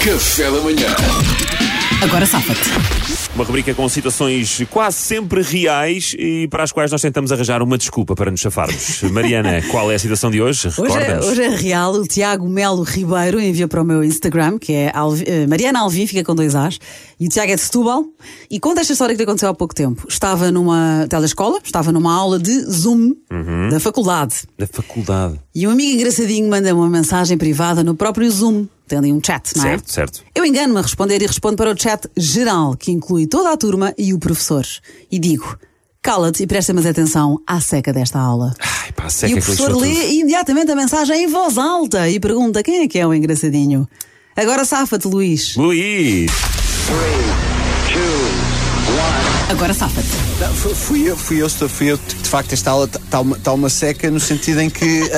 Café da manhã. Agora safa-te. Uma rubrica com situações quase sempre reais e para as quais nós tentamos arranjar uma desculpa para nos chafarmos. Mariana, qual é a situação de hoje? Hoje é, Recorda-nos. hoje é real, o Tiago Melo Ribeiro enviou para o meu Instagram, que é Alvi- eh, Mariana Alvim, fica com dois As, e o Tiago é de Setúbal, e conta esta história que lhe aconteceu há pouco tempo. Estava numa telescola, estava numa aula de Zoom da faculdade, Da faculdade. e um amigo engraçadinho manda uma mensagem privada no próprio Zoom, tem ali um chat, não é? Certo, certo. Eu engano-me a responder e respondo para o chat geral, que inclui toda a turma e o professor, e digo... Cala-te e presta mais atenção à seca desta aula. Ai, pá, seca E o que lixou professor tudo. lê imediatamente a mensagem em voz alta e pergunta quem é que é o engraçadinho. Agora safa-te, Luís. Luís! Agora safa-te. Não, fu- fui eu, fui eu, esta- fui eu. De facto, esta aula está uma, tá uma seca no sentido em que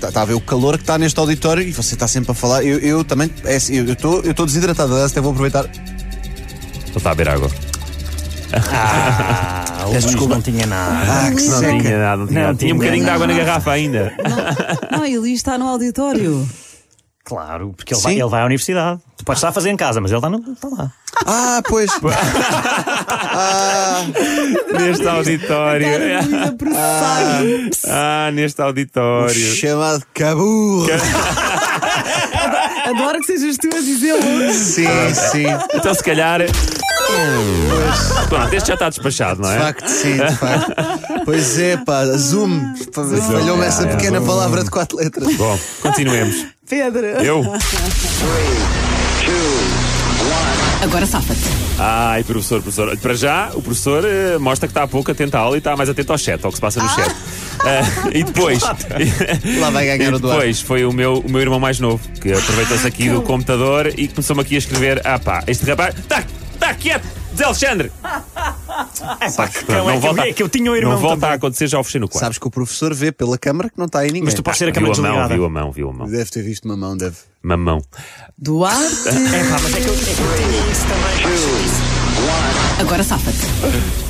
está a ver o calor que está neste auditório e você está sempre a falar. Eu, eu também, é assim, eu estou eu tô desidratado, aliás, até vou aproveitar. Ele está a beber água. Ah, o Luís não tinha nada. Ah, que Não Não seca! tinha nada, não tinha, nada. Não tinha um tinha bocadinho de água na nada. garrafa ainda. Não, não, e o Luís está no auditório. Claro, porque ele Sim. vai, ele vai à universidade. Tu podes estar a fazer em casa, mas ele está, no, está lá. Ah, pois! Ah, neste Cara, auditório. o Luís a processar. Ah, neste o auditório. chamado caburro! Ah. Adoro que sejas tu a dizê-lo. Sim, sim, de Então, se calhar. Pronto, este já está despachado, não é? facto, sim, de facto. Pois é, pá, zoom! Falhou-me essa pequena palavra de quatro letras. Bom, continuemos. Pedro. Eu? Agora safa-te. Ai, professor, professor. Olha, Para já, o professor eh, mostra que está pouco atento à aula e está mais atento ao chat, ao que se passa no chat. Ah, e depois. Lá vai ganhar e o Duarte. depois foi o meu, o meu irmão mais novo, que aproveitou-se aqui do computador e começou-me aqui a escrever: ah pá, este rapaz. Tá, tá quieto! Zé Alexandre! É, pá, Ah, que Pronto, cão é, que eu- é que eu tinha um irmão não volta a também. acontecer, já ofereci no quarto. Sabes que o professor vê pela câmara que não está aí ninguém. Mas tu podes ter a viu câmera a mão, é desligada. viu a mão, viu a mão. Deve ter visto uma mão, deve. Mamão. Duarte. É pá, mas é que eu, é que eu tinha isso também. pá, isso. Agora safa-te.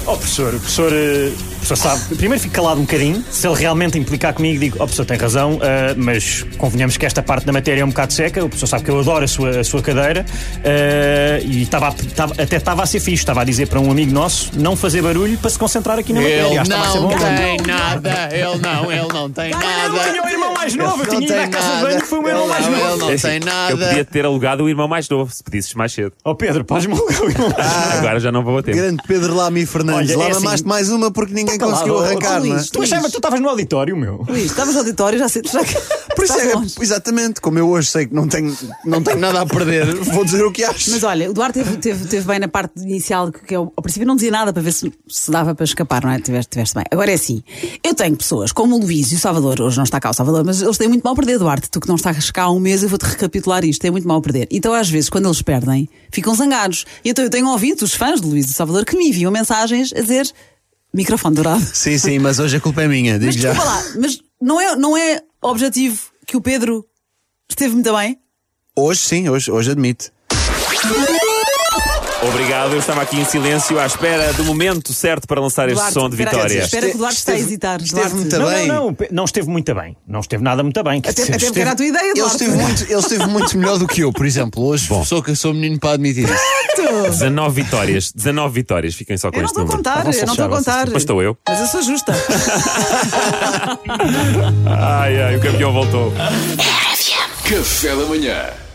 Oh, professor, o professor, eh, o professor sabe. Primeiro fico calado um bocadinho. Se ele realmente implicar comigo, digo: Oh, professor, tem razão, eh, mas convenhamos que esta parte da matéria é um bocado seca. O professor sabe que eu adoro a sua, a sua cadeira eh, e estava a- estava- até estava a ser fixe. Estava a dizer para um amigo nosso não fazer barulho para se concentrar aqui na matéria. Acho que estava tá a ser bom plano. nada, ele não, ele não tem Eu tinha um irmão mais novo, eu Não tinha ido tem à casa de nada. banho, foi o meu irmão Ele mais não, novo. ele não É assim, tem Eu nada. podia ter alugado o irmão mais novo, se pedisses mais cedo. Ó Oh, Pedro, podes-me alugar o irmão mais novo. Agora já não vou bater. Grande Pedro Lami Fernandes. Olha, Lá é assim- mamaste mais uma porque ninguém Tá calado, conseguiu ó, arrancar, ó, não é? Luís, Tu achava que tu estavas no auditório, meu. Luís, estavas no auditório, já sei. Já que... Por isso Estás é, longe. exatamente, como eu hoje sei que não tenho, não tenho nada a perder, vou dizer o que acho. Mas olha, o Duarte teve, teve- teve bem na parte inicial, que, que eu, ao princípio não dizia nada para ver se, se dava para escapar, não é? Tiveste, tiveste bem. Agora é assim, eu tenho pessoas como o Luís e o Salvador, hoje não está cá o Salvador, mas eles têm muito mal a perder, Duarte. Tu que não estás cá há um mês, eu vou-te recapitular isto, têm muito mal a perder. Então às vezes, quando eles perdem, ficam zangados. E então eu tenho ouvido os fãs de Luís e do Salvador que me enviam mensagens a dizer microfone dourado. Sim, sim, mas hoje a culpa é minha, digo Mas já. desculpa lá, mas não é, não é objetivo que o Pedro esteve muito bem? Hoje sim, hoje, hoje admito. Obrigado, eu estava aqui em silêncio à espera do momento certo para lançar este Duarte, som de espera- vitória. Espera que o Duarte está a hesitar. Esteve Duarte. muito Não, bem. não, não, pe- não esteve muito bem. Não esteve nada muito bem. quer Até- dizer, até porque era a tua ideia, ele, Duarte. esteve muito, ele esteve muito melhor do que eu, por exemplo. Hoje sou, que sou menino para admitir isso. 19 vitórias, 19 vitórias, fiquem só com Eu não este estou a número. contar, eu não estou a contar. Mas estou eu. Mas eu sou justa. Ai, ai, o campeão voltou. Café da manhã.